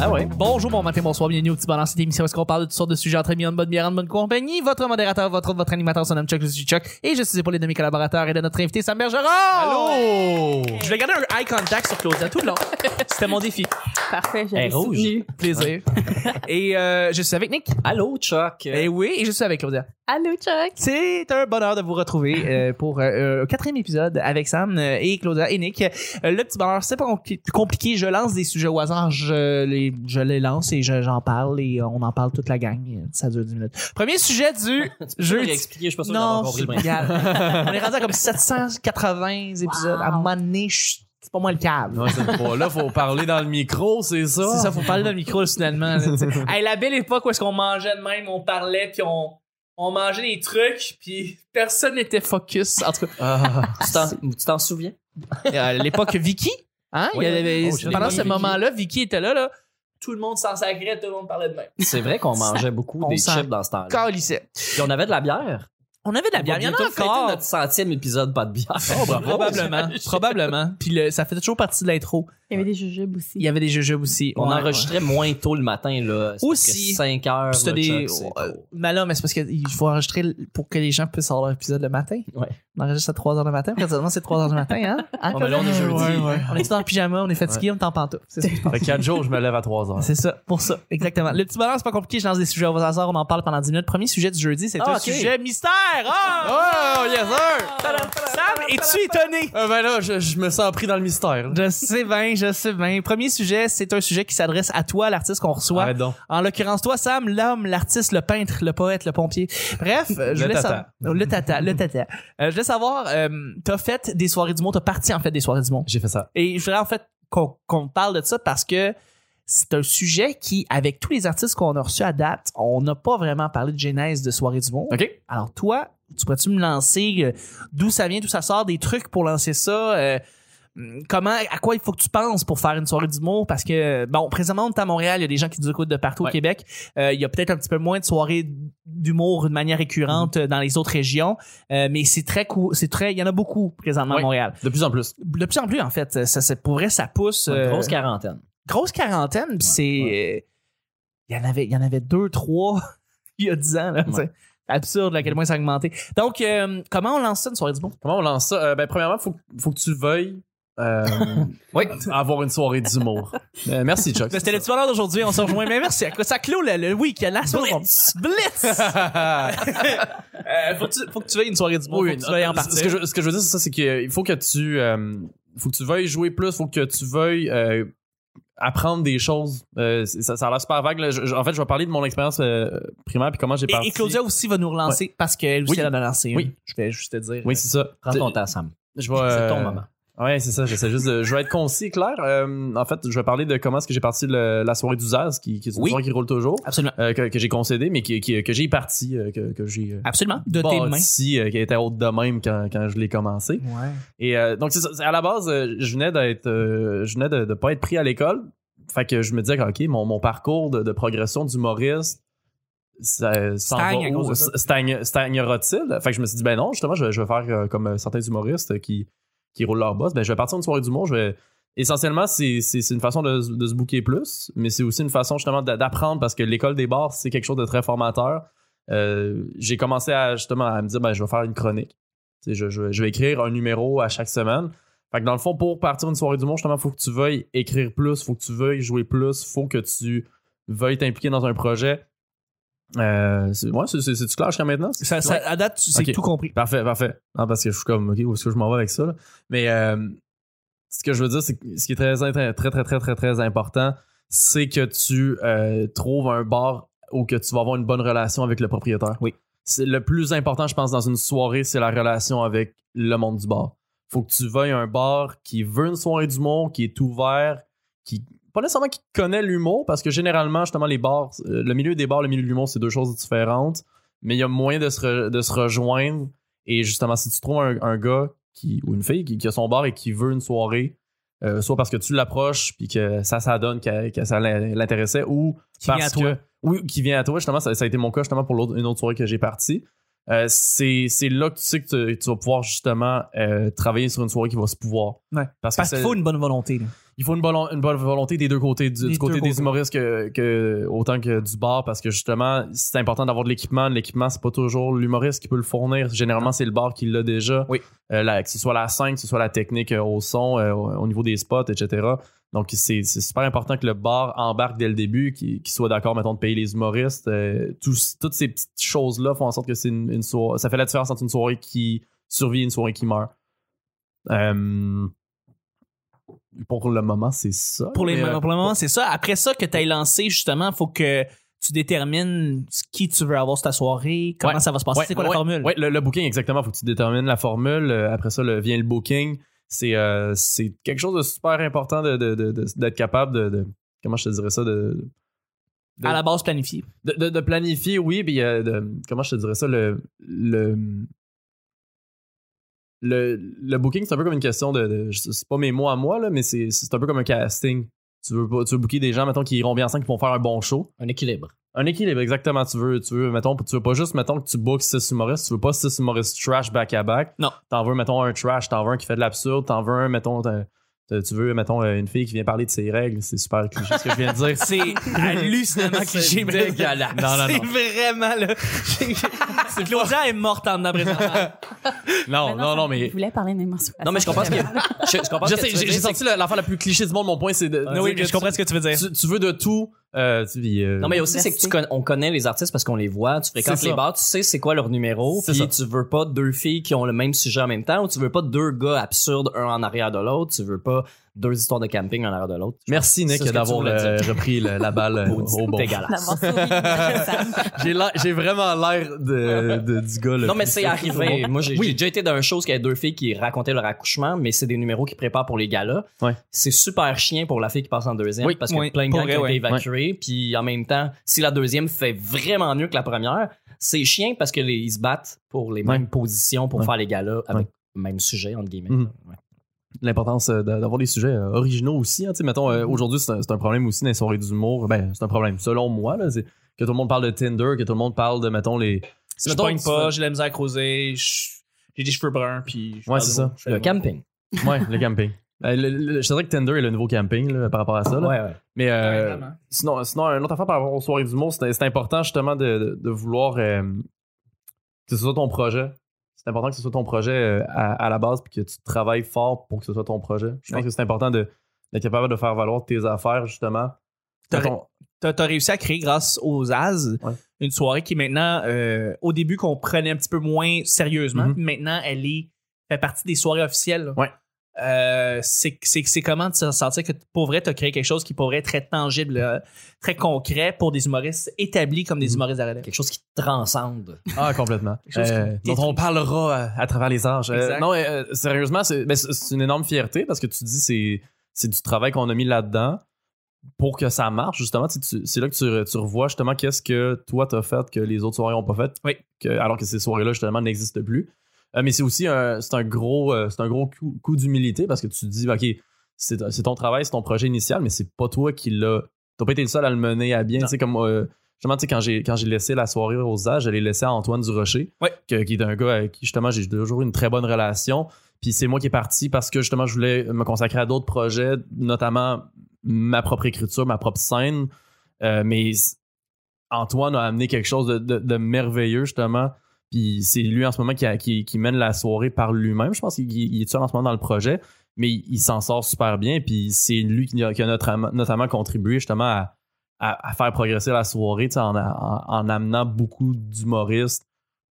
Ah ouais. Bonjour, bon matin, bonsoir, bienvenue au petit bonheur. C'est émission où est-ce qu'on parle de toutes sortes de sujets entre amis, en bonne bière, en bonne compagnie. Votre modérateur, votre hôte, votre animateur, son nom Chuck, je suis Chuck. Et je suis épaulé de mes collaborateurs et de notre invité, Sam Bergeron. Allô! Je vais garder un eye contact sur Claudia tout le long. C'était mon défi. Parfait, j'avais Hey, rouge. soutenu. Plaisir. et euh, je suis avec Nick. Allô, Chuck. Et oui, et je suis avec Claudia. Allô, Chuck! C'est un bonheur de vous retrouver euh, pour euh, un quatrième épisode avec Sam euh, et Claudia et Nick. Euh, le petit bonheur, c'est pas compli- compliqué. Je lance des sujets au hasard, je les, je les lance et je- j'en parle et euh, on en parle toute la gang. Ça dure 10 minutes. Premier sujet du Je jeudi. vais expliquer, je suis pas sûr Non, d'avoir compris c'est le principe. égal. on est rendu à comme 780 épisodes. À un moment donné, je suis- c'est pas moi le câble. Non, c'est pas là, faut parler dans le micro, c'est ça. C'est ça, faut parler dans le micro, là, finalement. là, tu sais. Hey, la belle époque où est-ce qu'on mangeait de même, on parlait, puis on, on mangeait des trucs, puis personne n'était focus. En tout cas, Ah, Tu t'en- Tu t'en souviens? euh, l'époque Vicky, hein? il y Oui. avait- Oh, je pendant l'ai ce connu, moment-là, Vicky était là, là. Tout le monde s'en sacrait, tout le monde parlait de même. C'est vrai qu'on mangeait beaucoup on des s'en- chips dans ce temps-là. Calissait. Puis on avait de la bière. On avait de la bière. Il y en On va a bientôt fêter encore. notre centième épisode pas de bière. Probablement. probablement. Puis le- ça fait toujours partie de l'intro. Il y avait des jujubes aussi. Il y avait des jeux aussi. On Ouais, ouais. enregistrait moins tôt le matin, là. C'est Aussi. parce que 5 heures. Puis c'était là, des. Chuck, c'est euh, trop. mais là, mais c'est parce qu'il faut enregistrer l- pour que les gens puissent avoir leur épisode le matin. Ouais. On enregistre à 3 h le matin. Présentement, c'est 3 h du matin, hein? Hein, Ouais, mais là, on est Colin? jeudi. Ouais, ouais. On est tous dans le pyjama, on est fatigué, on est en pantoufle. C'est ça. fait 4 jours, je me lève à 3 heures. C'est ça, pour ça. Exactement. Le petit bonheur, c'est pas compliqué. Je lance des sujets au hasard, on en parle pendant 10 minutes. Premier sujet du jeudi, c'est Ah, un ok. sujet mystère. Ah! Oh, yes, sir! Sam, es-tu étonné? Euh, ben là, je, je me sens pris dans le mystère. là. Je sais bien, je sais bien. Premier sujet, c'est un sujet qui s'adresse à toi, l'artiste qu'on reçoit. Arrête donc. En l'occurrence, toi, Sam, l'homme, l'artiste, le peintre, le poète, le pompier. Bref, euh, je Le voulais tata. savoir. Le tata, le tata. Euh, je voulais savoir, euh, t'as fait des soirées du monde, t'as parti en fait des soirées du monde. J'ai fait ça. Et je voudrais en fait qu'on qu'on parle de ça parce que c'est un sujet qui, avec tous les artistes qu'on a reçus à date, on n'a pas vraiment parlé de genèse de soirée du monde. OK. Alors toi, tu pourrais-tu me lancer euh, d'où ça vient, d'où ça sort, des trucs pour lancer ça? euh, Comment, à quoi il faut que tu penses pour faire une soirée d'humour? Parce que, bon, présentement, on est à Montréal, il y a des gens qui nous écoutent de partout au Ouais. Québec. Euh, il y a peut-être un petit peu moins de soirées d'humour de manière récurrente Mhm. euh, dans les autres régions, Euh, mais c'est très cou- c'est très, il y en a beaucoup présentement à Ouais. Montréal. De plus en plus. De plus en plus, en fait, ça, c'est pour vrai, ça pousse. Une euh, grosse quarantaine. grosse quarantaine, puis c'est. euh, Il y en avait, il y en avait deux, trois il y a dix ans, là. Ouais. Mhm. c'est Absurde à quel point ça a augmenté. Donc, euh, comment on lance ça une soirée du bon? Comment on lance ça? Euh, ben, premièrement, faut, faut que tu veuilles euh, Oui. avoir une soirée d'humour. Euh, merci, Chuck. Ben, C'était le petit bonheur d'aujourd'hui, on se rejoint. Mais merci. à quoi Ça clôt le, le week-end, la semaine. Blitz! Euh, faut, que tu, faut que tu veuilles une soirée du bon. Oui, faut que tu non, veuilles en ce- Ce que, partir. je, ce que je veux dire, c'est ça, c'est qu'il faut que tu, euh, faut que tu veuilles jouer plus, faut que tu veuilles euh, apprendre des choses. Euh, c'est- ça, ça a l'air super vague. là. Je- je- en fait, je vais parler de mon expérience euh, primaire puis comment j'ai Et, parti. et Claudia aussi va nous relancer parce qu'elle aussi, Oui. elle en a lancé une. Oui. Je vais juste te dire. Oui, c'est ça. Prends ton temps, Sam. Je vais, C'est euh, ton moment. Ouais, c'est ça. J'essaie juste de, je vais être concis et clair. Euh, en fait, je vais parler de comment est-ce que j'ai parti le- la soirée du Zaz, qui, qui est une Oui. soirée qui roule toujours, Absolument. euh, que, que j'ai concédé, mais qui, qui- que j'ai parti, euh, que, que j'ai euh, Absolument. De tes mains. bâti, euh, qui était haute de même quand, quand je l'ai commencé. Ouais. Et euh, donc, c'est ça. C'est- à la base, euh, je venais d'être, euh, je venais de, de pas être pris à l'école. Fait que je me disais, que, OK, mon, mon parcours de, de progression d'humoriste, ça, s'en va Stagne à où? cause de ça. Stagne- Stagnera-t-il? Fait que je me suis dit, ben non, justement, je, vais- je vais faire euh, comme euh, certains humoristes qui, qui roulent leur boss. Ben, je vais partir une soirée d'humour. Je vais... Essentiellement, c'est, c'est, c'est une façon de, se- de se bouquer plus, mais c'est aussi une façon justement d'a- d'apprendre parce que l'école des bars, c'est quelque chose de très formateur. Euh, j'ai commencé à justement à me dire ben, je vais faire une chronique. Tu sais, Je, je, je vais écrire un numéro à chaque semaine. Fait que dans le fond, pour partir une soirée du monde, justement, faut que tu veuilles écrire plus, faut que tu veuilles jouer plus, faut que tu veuilles t'impliquer dans un projet. Euh, c'est, ouais, c'est, c'est, c'est-tu clair jusqu'à maintenant? C'est- Ça, ça- à date, tu sais Ok. tout compris. Parfait, parfait. Non, parce que je suis comme, OK, où est-ce que je m'en vais avec ça? là? Mais euh, ce que je veux dire, c'est que ce qui est très, très, très, très, très, très, très important, c'est que tu euh, trouves un bar où que tu vas avoir une bonne relation avec le propriétaire. Oui. C'est le plus important, je pense, dans une soirée, c'est la relation avec le monde du bar. Faut que tu veuilles un bar qui veut une soirée du monde, qui est ouvert, qui pas nécessairement qui connaît l'humour, parce que généralement, justement, les bars, euh, le milieu des bars, le milieu de l'humour, c'est deux choses différentes mais il y a moyen de se, re- de se rejoindre. Et justement, si tu trouves un, un gars qui, ou une fille qui, qui a son bar et qui veut une soirée, euh, soit parce que tu l'approches puis que ça, ça donne que, que ça l'in- l'intéressait, ou Qui vient parce à toi. que. Oui, qui vient à toi, justement, ça, ça a été mon cas justement pour l'autre- une autre soirée que j'ai partie. Euh, c'est c'est là que tu sais que tu, tu vas pouvoir justement euh, travailler sur une soirée qui va se pouvoir. Ouais. Parce, Parce que qu'il c'est- faut une bonne volonté. là. il faut une bonne, une bonne volonté des deux côtés, du, Des du côté deux des côtés. humoristes que, que- autant que du bar, parce que justement, c'est important d'avoir de l'équipement. De L'équipement, c'est pas toujours l'humoriste qui peut le fournir. Généralement, c'est le bar qui l'a déjà. Oui. Euh, la- que ce soit la scène, que ce soit la technique euh, au son, euh, au au niveau des spots, etc. Donc, c'est c'est super important que le bar embarque dès le début, qu'il qu'il soit d'accord, mettons, de payer les humoristes. Euh, tous- toutes ces petites choses-là font en sorte que c'est une, une soirée. Ça fait la différence entre une soirée qui survit et une soirée qui meurt. Euh, pour le moment, c'est ça. Pour, les, Mais, euh, pour le moment, c'est ça. Après ça que tu as lancé, justement, faut que tu détermines ce qui tu veux avoir cette soirée, comment Ouais. ça va se passer, Ouais, c'est quoi ouais, la formule. Oui, le, le booking, exactement. Faut que tu détermines la formule. Euh, Après ça, le- vient le booking. C'est euh, c'est quelque chose de super important de- de- de- de- d'être capable de, de- Comment je te dirais ça? De, À la base planifiée. de, de- de planifier, oui. Puis euh, de- comment je te dirais ça? Le. le le, le booking, c'est un peu comme une question de. de- c'est pas mes mots à moi, là, mais c'est c'est un peu comme un casting. Tu veux, pas- tu veux booker des gens, mettons, qui iront bien ensemble, qui vont faire un bon show. Un équilibre. Un équilibre, exactement. Tu veux, tu veux, mettons, tu veux pas juste, mettons, que tu bookes 6 humoristes. Tu veux pas 6 humoristes trash back-à-back. Non. T'en veux, mettons, un trash. T'en veux un qui fait de l'absurde. T'en veux un, mettons, t'as- t'as- tu veux, mettons, une fille qui vient parler de ses règles. C'est super cliché ce que je viens de dire. C'est hallucinamment cliché. mais- dégueulasse. Non, non, non. C'est vraiment là. j'ai- Ah, Claudia est morte en dedans présentement. Oh, Non, non, non, mais. Je voulais parler d'émancipation. Non, mais je comprends ce que je, je comprends ce Je que sais, tu veux j'ai dire, c'est j'ai que- sorti la- l'affaire la plus cliché du monde. Mon point, c'est de. de Non, oui, dire mais que je comprends ce que tu veux dire. tu, tu veux de tout. euh, tu- puis, euh, Non, mais aussi, c'est que tu con- on connaît les artistes parce qu'on les voit, tu fréquentes C'est ça. les bars, tu sais c'est quoi leur numéro, C'est puis ça. tu veux pas deux filles qui ont le même sujet en même temps, ou tu veux pas deux gars absurdes, un en arrière de l'autre, tu veux pas deux histoires de camping en arrière de l'autre. Merci, Nick, C'est ce que tu d'avoir voulais euh, repris le- la balle euh, au bon. Dégueulasse. D'avoir souri, ça me- J'ai l'air- J'ai vraiment l'air de, de- du gars. le Non, mais plus- c'est arrivé. Moi, j'ai j'ai déjà été dans une chose qui avait deux filles qui racontaient leur accouchement, mais c'est des numéros qu'ils préparent pour les galas. Ouais. C'est super chien pour la fille qui passe en deuxième Oui, parce qu'il y oui, a plein de pour gens qui vrai, ont été ouais. évacués. Puis en même temps, si la deuxième fait vraiment mieux que la première, c'est chien parce que les- ils se battent pour les mêmes positions pour Ouais. faire les galas avec Ouais. le même sujet, entre guillemets. Mhm. Ouais. l'importance euh, d'a- d'avoir des sujets euh, originaux aussi. hein. Tu sais, mettons, euh, aujourd'hui, c'est un, c'est un problème aussi dans les soirées d'humour. Ben, c'est un problème, selon moi, là, c'est que tout le monde parle de Tinder, que tout le monde parle de, mettons, les... Je Mettons, pogne tu pas, fais- j'ai de la misère à creuser, je- j'ai des cheveux bruns, puis. je Ouais, parle c'est de ça. moi, je fais Le de moi. camping. Ouais, le camping. Euh, le- le- je te dirais que Tinder est le nouveau camping là, par rapport à ça. là. Ouais, ouais. Mais euh, Ouais, vraiment. sinon, sinon, une autre affaire par rapport aux soirées d'humour, c'est c'est important justement de, de- de vouloir euh, que ce soit ton projet. C'est important que ce soit ton projet euh, à, à la base puis que tu travailles fort pour que ce soit ton projet. Je pense Ouais. que c'est important de- d'être capable de faire valoir tes affaires justement. T'as- Mettons- T'as t'as réussi à créer grâce aux Az Ouais. une soirée qui maintenant, euh, au début qu'on prenait un petit peu moins sérieusement, Mhm. puis maintenant elle est fait partie des soirées officielles. là. Ouais. Euh, c'est c'est- c'est comment de se sentir que pour vrai, tu as créé quelque chose qui pourrait être très tangible, euh, très concret pour des humoristes établis comme des Mhm. humoristes à relève. Quelque chose qui transcende. Ah, complètement. chose Euh, qui dont détruit. on parlera euh, à travers les âges. Euh, Exact. non, euh, euh, sérieusement, c'est ben, c'est- c'est une énorme fierté parce que tu dis c'est c'est du travail qu'on a mis là-dedans pour que ça marche, justement. Tu- tu- C'est là que tu, re- tu revois justement qu'est-ce que toi t'as fait que les autres soirées n'ont pas fait, Oui. que- alors que ces soirées-là, justement, n'existent plus. Euh, mais c'est aussi un, c'est un gros, euh, c'est un gros coup, coup d'humilité parce que tu te dis, OK, c'est c'est ton travail, c'est ton projet initial, mais c'est pas toi qui l'as. T'as pas été le seul à le mener à bien. Tu sais, comme euh, justement, tu sais, quand j'ai quand j'ai laissé la soirée aux âges, j'allais laisser à Antoine Durocher, Ouais. que- euh, qui est un gars avec qui justement j'ai toujours eu une très bonne relation. Puis c'est moi qui est parti parce que justement je voulais me consacrer à d'autres projets, notamment ma propre écriture, ma propre scène. Euh, mais s- Antoine a amené quelque chose de, de- de merveilleux justement. Puis c'est lui en ce moment qui, a- qui- qui mène la soirée par lui-même. Je pense qu'il il est seul en ce moment dans le projet, mais il, il s'en sort super bien. Puis c'est lui qui, a- qui a notamment, notamment contribué justement à, à, à faire progresser la soirée tu sais, en, en- en amenant beaucoup d'humoristes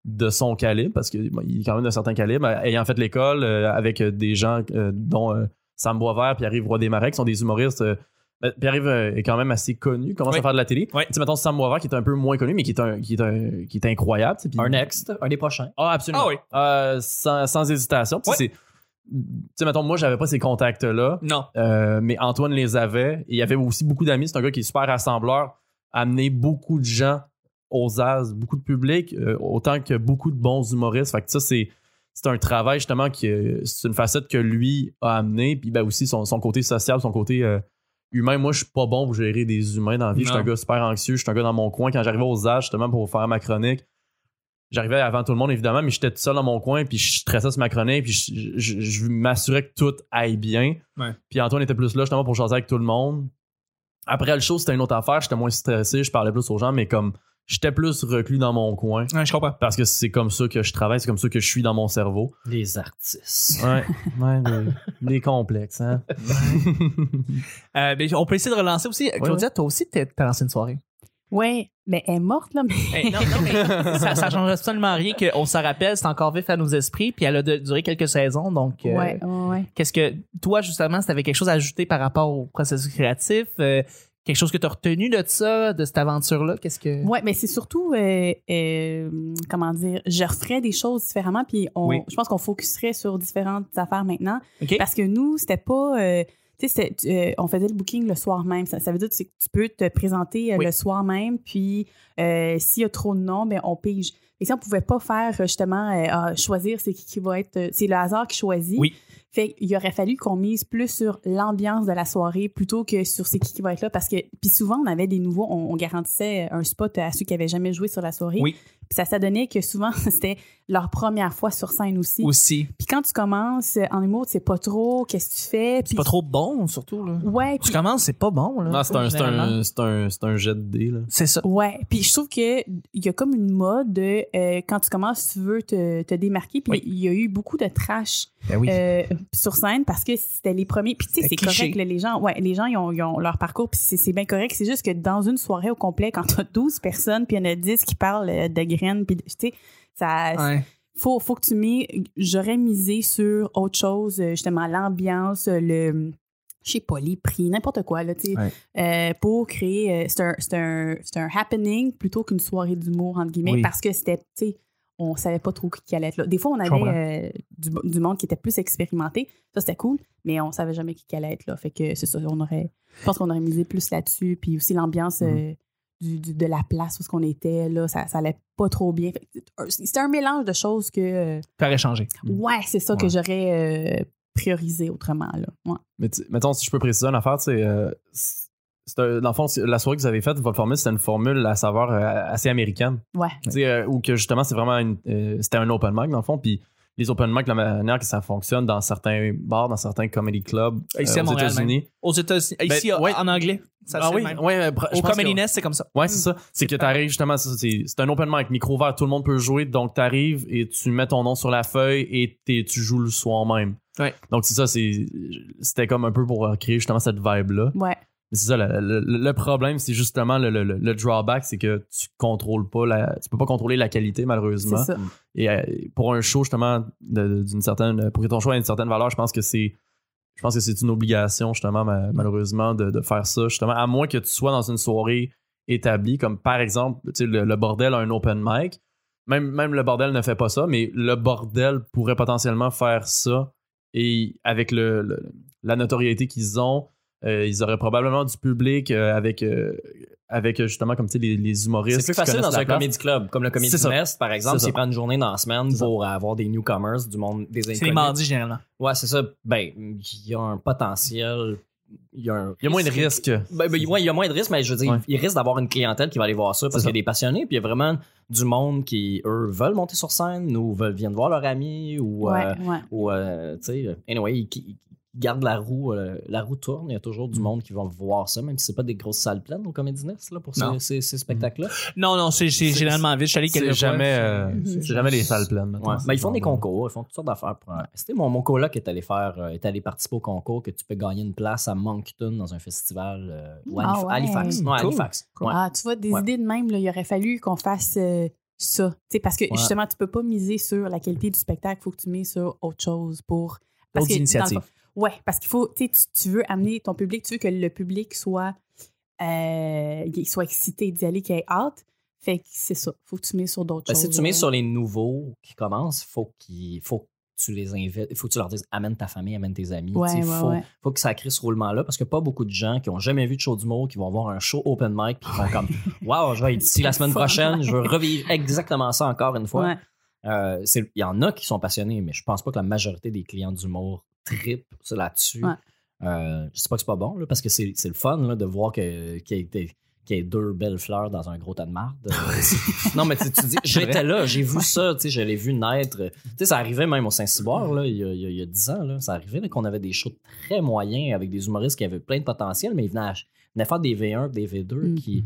de son calibre, parce qu'il est quand même d'un certain calibre, euh, ayant fait l'école euh, avec euh, des gens euh, dont euh, Sam Boisvert, Pierre-Yves Roy-Desmarais, qui sont des humoristes. euh, ben, Pierre-Yves euh, est quand même assez connu, commence Oui. à faire de la télé. Oui. Tu sais, mettons Sam Boisvert, qui est un peu moins connu, mais qui est, un, qui est, un- qui est incroyable. tu sais, puis- Un next, un des prochains. ah, absolument. Ah oui. Euh, sans, sans hésitation. Puis Ouais. c'est- Tu sais, mettons, moi, j'avais pas ces contacts-là. Non. Euh, mais Antoine les avait. Et il y avait aussi beaucoup d'amis. C'est un gars qui est super rassembleur, a amené beaucoup de gens aux As, beaucoup de public, euh, autant que beaucoup de bons humoristes. Fait que ça, c'est. C'est un travail justement qui euh, c'est une facette que lui a amené puis ben aussi son, son côté social, son côté euh, humain. Moi, je suis pas bon pour gérer des humains dans la vie. Je suis Non. un gars super anxieux, je suis un gars dans mon coin. Quand j'arrivais aux âges justement pour faire ma chronique, j'arrivais avant tout le monde, évidemment, mais j'étais tout seul dans mon coin, puis je stressais sur ma chronique, puis je, je- je m'assurais que tout aille bien. Ouais. Puis Antoine était plus là, justement, pour jaser avec tout le monde. Après le show, c'était une autre affaire, j'étais moins stressé, je parlais plus aux gens, mais comme j'étais plus reclus dans mon coin, Ouais, je comprends. parce que c'est comme ça que je travaille, c'est comme ça que je suis dans mon cerveau. Les artistes. Ouais, ouais, les, les complexes, hein. Euh, ben, on peut essayer de relancer aussi. Claudia, Claudia, toi aussi, t'as t'as lancé une soirée. Ouais, mais elle est morte, là. Mais... hey, non, non, mais ça, ça change absolument rien qu'on s'en rappelle, c'est encore vif à nos esprits, puis elle a de- duré quelques saisons, donc... euh, Ouais, ouais, ouais. Qu'est-ce que toi, justement, si tu avais quelque chose à ajouter par rapport au processus créatif, euh, quelque chose que tu as retenu de ça, de cette aventure-là, qu'est-ce que. Ouais, mais c'est surtout, euh, euh, comment dire, je referais des choses différemment, puis on, Oui. je pense qu'on focuserait sur différentes affaires maintenant. OK. Parce que nous, c'était pas. euh, tu sais, c'était, euh, on faisait le booking le soir même. Ça, ça veut dire que tu tu peux te présenter euh, Oui. le soir même, puis euh, s'il y a trop de noms, ben, on pige. Et si on pouvait pas faire euh, justement euh, ah, choisir c'est qui qui va être. euh, C'est le hasard qui choisit. Oui. Fait qu'il aurait fallu qu'on mise plus sur l'ambiance de la soirée plutôt que sur c'est qui qui va être là. Parce que. Puis souvent, on avait des nouveaux. On, on garantissait euh, un spot à ceux qui avaient jamais joué sur la soirée. Oui. Puis ça, ça donnait que souvent, c'était leur première fois sur scène aussi. Aussi. Puis quand tu commences euh, en humour, tu sais pas trop qu'est-ce que tu fais. C'est Puis, pas trop bon, surtout, là. Ouais, Tu puis, commences, c'est pas bon, là. Non, c'est un, c'est Généralement. un, c'est un, c'est un jet de dés, là. C'est ça. ouais. Puis je trouve que il y a comme une mode de euh, quand tu commences, tu veux te, te démarquer. Puis Oui. il y a eu beaucoup de trash Ben oui. euh, sur scène parce que c'était les premiers. Puis tu sais, C'était c'est cliché. correct. là, les gens, ouais, les gens ils ont, ils ont leur parcours. Puis c'est- c'est bien correct. C'est juste que dans une soirée au complet, quand t'as 12 personnes, puis il y en a 10 qui parlent euh, de graines, puis de- tu sais, ça, Ouais. faut, faut que tu mets. J'aurais misé sur autre chose, euh, justement, l'ambiance, euh, le. Je sais pas, les prix, n'importe quoi, là, tu sais, Ouais. euh, pour créer. euh, c'est un, c'est un- c'est un happening plutôt qu'une soirée d'humour, entre guillemets, Oui. parce que c'était, tu sais, on savait pas trop qui qui allait être là. Des fois, on comprends. avait euh, du, du monde qui était plus expérimenté. Ça, c'était cool, mais on savait jamais qui qui allait être là. Fait que c'est ça, on aurait. Je pense qu'on aurait misé plus là-dessus, puis aussi l'ambiance. Mm-hmm. euh, du, du- de la place où ce qu'on était là ça, ça allait pas trop bien Fait que c'est- c'était un mélange de choses que euh, T'aurais changé. Mm. ouais c'est ça que Ouais. j'aurais euh, priorisé autrement là ouais. Mais tu- mettons, si je peux préciser une affaire, tu sais, euh, c'est c'est un- dans le fond, c'est- la soirée que vous avez faite, votre formule, c'était une formule à saveur euh, assez américaine. Ouais. Tu sais, euh, où que justement, c'est vraiment une, euh, c'était un open mic, dans le fond. Puis les open mic, la manière que ça fonctionne dans certains bars, dans certains comedy clubs euh, Ici à aux Montréal, États-Unis. Aux États-Unis. Ben, Ici, ouais. en anglais. Ça se ah fait oui, même. ouais, euh, pr- je Au pense Comedy que- Nest, c'est comme ça. Ouais, c'est ça. C'est que t'arrives justement, c'est ça, c'est c'est un open mic, micro ouvert, tout le monde peut jouer. Donc t'arrives et tu mets ton nom sur la feuille et t'es- tu joues le soir même. Ouais. Donc c'est ça, c'est- c'était comme un peu pour euh, créer justement cette vibe-là. ouais Mais c'est ça, le, le- le problème, c'est justement le, le- le- le drawback, c'est que tu contrôles pas la, tu peux pas contrôler la qualité c'est malheureusement. ça Et euh, pour un show justement de- d'une certaine, pour que ton show ait une certaine valeur, je pense que c'est, je pense que c'est une obligation justement ma- malheureusement de, de faire ça justement, à moins que tu sois dans une soirée établie, comme par exemple, tu sais, le, le bordel a un open mic. Même, même le bordel ne fait pas ça, mais le bordel pourrait potentiellement faire ça. Et avec le, le- la notoriété qu'ils ont, euh, ils auraient probablement du public euh, avec, euh, avec euh, justement comme tu sais, les, les humoristes. C'est plus qui facile connaissent dans la un place. comedy club, comme le Comedy C'est ça. Nest, par exemple, C'est s'il ça. prend une journée dans la semaine C'est ça. pour euh, avoir des newcomers du monde des inconnus. C'est les mardis, généralement. Ouais, c'est ça. Ben, il y a un potentiel. Il y a un. Il y a moins de risques. Ben, ben, ouais, il y a moins de risques, mais je veux dire, Ouais. il risque d'avoir une clientèle qui va aller voir ça parce qu'il C'est y ça. a des passionnés, puis il y a vraiment du monde qui, eux, veulent monter sur scène ou veulent, viennent voir leur ami ou. ouais, euh, ouais. ou euh, tu sais, anyway, ils, ils- ils gardent la roue, euh, la roue tourne. Il y a toujours Mm. du monde qui va voir ça, même si c'est pas des grosses salles pleines au Comedy Nest là, pour Non. ces, ces- ces spectacles-là. Non, non, c'est c'est C'est- généralement vite. Je suis allé C'est quelques fois. jamais, euh, c'est jamais les salles pleines. mettons. Ouais. Ben, ils font des C'est vraiment- concours, ils font toutes sortes d'affaires. pour, euh, C'était mon, mon coloc est allé faire, euh, est allé participer au concours que tu peux gagner une place à Moncton dans un festival euh, ou à Ah Halif- ouais. Halifax. Non, à Cool. Halifax. Ouais. ah tu vois des Ouais. idées de même là, il aurait fallu qu'on fasse euh, ça Tu sais, parce que Ouais. justement tu peux pas miser sur la qualité du spectacle faut que tu mises sur autre chose pour D'autres parce que, dans le initiatives. fond- ouais parce qu'il faut tu sais, tu- tu veux amener ton public tu veux que le public soit euh, qu'il soit excité d'y aller qu'il ait hâte fait que c'est ça faut que tu mises sur d'autres Ben, si choses euh, tu mets ouais. sur les nouveaux qui commencent, faut qu'il faut que tu les invites, il faut que tu leur dises amène ta famille, amène tes amis. Ouais, Tu sais, ouais, faut, ouais. faut que ça crée ce roulement-là parce que pas beaucoup de gens qui ont jamais vu de show d'humour qui vont voir un show open mic puis qui font comme Wow, je vais être ici la semaine prochaine, je veux revivre exactement ça encore une fois. Ouais. Euh, c'est- Il y en a qui sont passionnés, mais je pense pas que la majorité des clients d'humour tripent là-dessus. Ouais. Euh, je sais pas que c'est pas bon là, parce que c'est c'est le fun là, de voir que- qu'il y a des- qu'il y ait deux belles fleurs dans un gros tas de marde. non, mais tu, tu dis, j'étais là, j'ai vu ça, tu sais, je l'ai vu naître. Tu sais, ça arrivait même au Saint-Cyboire, là, il y a- il y a- il y a dix ans, là, ça arrivait là, qu'on avait des shows très moyens avec des humoristes qui avaient plein de potentiel, mais ils venaient, à- venaient faire des V1, des V2 Mm. qui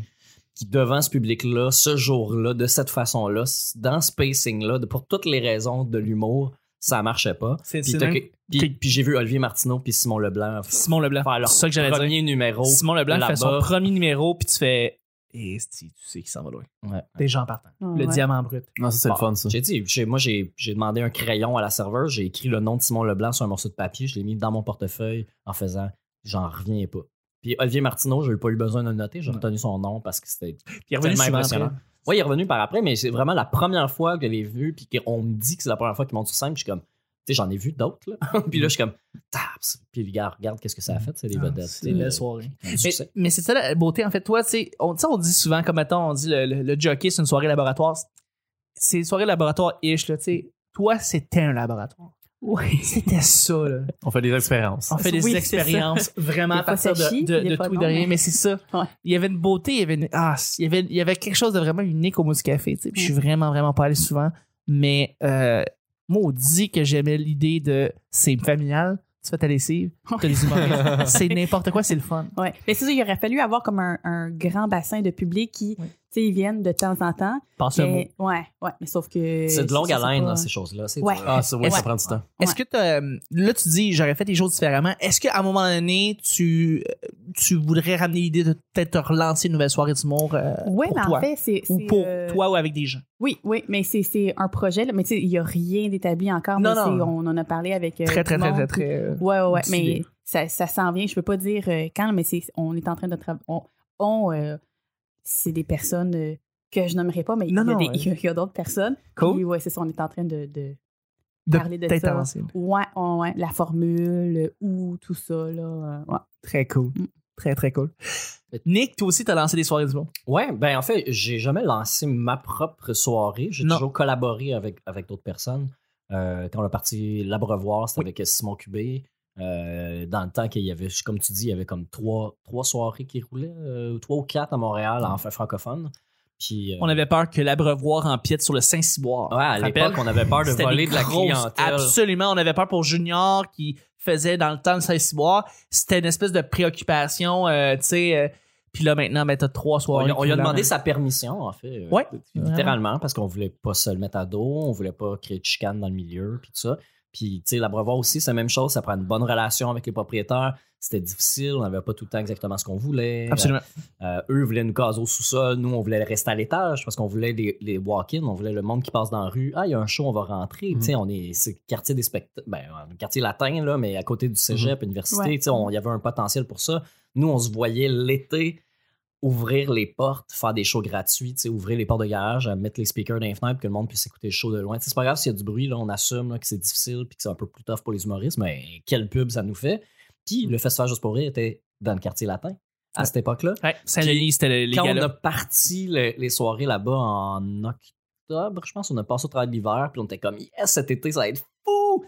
qui devant ce public-là, ce jour-là, de cette façon-là, dans ce pacing-là, de- pour toutes les raisons de l'humour, ça marchait pas. C'est Puis, c'est t'as même- que- puis- puis j'ai vu Olivier Martineau puis Simon Leblanc faire Simon Leblanc. leur C'est ça que j'allais dire. premier numéro. Simon Leblanc fait son là-bas. premier numéro, puis tu fais. Et tu sais qu'il s'en va loin. Ouais. Déjà en partant. Ah, Le ouais. diamant brut. Non, ça, c'est le fun, ça. J'ai dit, j'ai- moi j'ai j'ai demandé un crayon à la serveuse, j'ai écrit le nom de Simon Leblanc sur un morceau de papier, je l'ai mis dans mon portefeuille en faisant j'en reviens pas. Puis Olivier Martineau, j'ai pas eu besoin de le noter, j'ai retenu son nom parce que c'était Puis il est revenu Tellement souvent impressionnant. après. Oui, il est revenu par après, mais c'est vraiment la première fois que je l'ai vu, puis qu'on me dit que c'est la première fois qu'il monte sur scène, puis je suis comme, tu sais, j'en ai vu d'autres, là. puis là, je suis comme, taps, puis le gars, regarde qu'est-ce que ça a fait, c'est des Ah, vedettes. C'est une belle soirée. euh, du Mais, succès. mais c'est ça la beauté. En fait, toi, tu sais, on, tu sais, on dit souvent, comme mettons, on dit le, le, le jockey, c'est une soirée laboratoire. C'est une soirée laboratoire-ish, là, tu sais. Toi, c'était un laboratoire. Ouais. C'était ça, là. On fait des expériences. On fait des Oui, c'est expériences vraiment Des à fois, partir ça de, chie, de, des de fois, tout et de non. rien. Mais c'est ça. hein. Ouais. Il y avait une beauté, il y avait, une- ah, il y avait, il y avait quelque chose de vraiment unique au Mousse Café. tu sais. Puis je suis vraiment, vraiment pas allé souvent. Mais euh, maudit que j'aimais l'idée de c'est familial, tu fais ta lessive, t'as les humoristes. c'est n'importe quoi, c'est le fun. Ouais. Mais c'est ça, il aurait fallu avoir comme un, un grand bassin de public qui, Ouais. tu sais, ils viennent de temps en temps. Passe le mot. Mais, ouais, ouais, mais sauf que. C'est de longue ça, c'est haleine, pas- là, ces choses-là. c'est Ouais. dur. Ah, c'est vrai, ça Ouais. prend du temps. Est-ce que t'as- euh, là, tu dis, j'aurais fait les choses différemment. Est-ce qu'à un moment donné, tu, euh, tu voudrais ramener l'idée de peut-être te relancer une nouvelle soirée d'humour euh, Ouais, pour mais toi? en fait, c'est. ou c'est, pour euh, toi ou avec des gens? Oui, oui, mais c'est, c'est un projet, là, mais tu sais, il n'y a rien d'établi encore. Non, mais non. c'est- On en a parlé avec. euh, Très, très, tout le très, très, monde, très. euh, puis- Ouais, ouais, ouais, d'idées. Mais ça, ça s'en vient. Je peux pas dire euh, quand, mais c'est, on est en train de travailler. On. on, euh, c'est des personnes euh, que je nommerai pas, mais il y a Non, non, des- ouais. il y a, il y a d'autres personnes. Cool. Puis, ouais, c'est ça, on est en train de- de de parler de peut-être ça. avancer. Ouais, ouais, ouais, la formule, ou tout ça, là. euh, ouais. Très cool. Mm. Très, très cool. Mais- Nick, toi aussi, t'as lancé des soirées du monde. Ouais, ben en fait, j'ai jamais lancé ma propre soirée. J'ai Non. toujours collaboré avec, avec d'autres personnes. Euh, quand on a parti l'abreuvoir, c'était avec Simon Cubé. Euh, dans le temps qu'il y avait, comme tu dis, il y avait comme trois, trois soirées qui roulaient, euh, trois ou quatre à Montréal, Mm. en fait francophone. Puis, euh, On avait peur que l'abreuvoir empiète sur le Saint-Ciboire. ouais, à Tu te rappelles? l'époque, on avait peur de C'était voler des de la grosses- clientèle. Absolument. On avait peur pour Junior qui faisait dans le temps le Saint-Ciboire. C'était une espèce de préoccupation, euh, tu sais. euh, puis là, maintenant, ben, t'as trois On, soirées. lui- on lui a qui demandé roulent. sa permission, en fait. euh, Ouais. Littéralement, parce qu'on voulait pas se le mettre à dos, on voulait pas créer de chicane dans le milieu, puis tout ça. Puis, tu sais, l'abreuvoir aussi, c'est la même chose, ça prend une bonne relation avec les propriétaires. C'était difficile, on n'avait pas tout le temps exactement ce qu'on voulait. Absolument. Euh, eux voulaient nous caser au sous-sol, nous, on voulait rester à l'étage parce qu'on voulait les, les walk-in, on voulait le monde qui passe dans la rue. Ah, il y a un show, on va rentrer. Tu sais, on est, c'est le quartier des spectacles, ben, un quartier latin, là, mais à côté du cégep, université, Ouais. tu sais, on- il y avait un potentiel pour ça. Nous, on se voyait l'été ouvrir les portes, faire des shows gratuits, tu sais, ouvrir les portes de garage, euh, mettre les speakers dans les fenêtres, puis que le monde puisse écouter le show de loin. Tu sais, C'est pas grave s'il y a du bruit, là, on assume là, que c'est difficile, puis que c'est un peu plus tough pour les humoristes, mais quel pub ça nous fait. Puis le festival Juste pour rire était dans le quartier latin à cette époque-là. Ouais, Saint-Denis, c'était le- les Quand on galas. a parti le- les soirées là-bas en octobre, je pense, on a passé au travail de l'hiver, puis on était comme, yes, cet été, ça va être fou!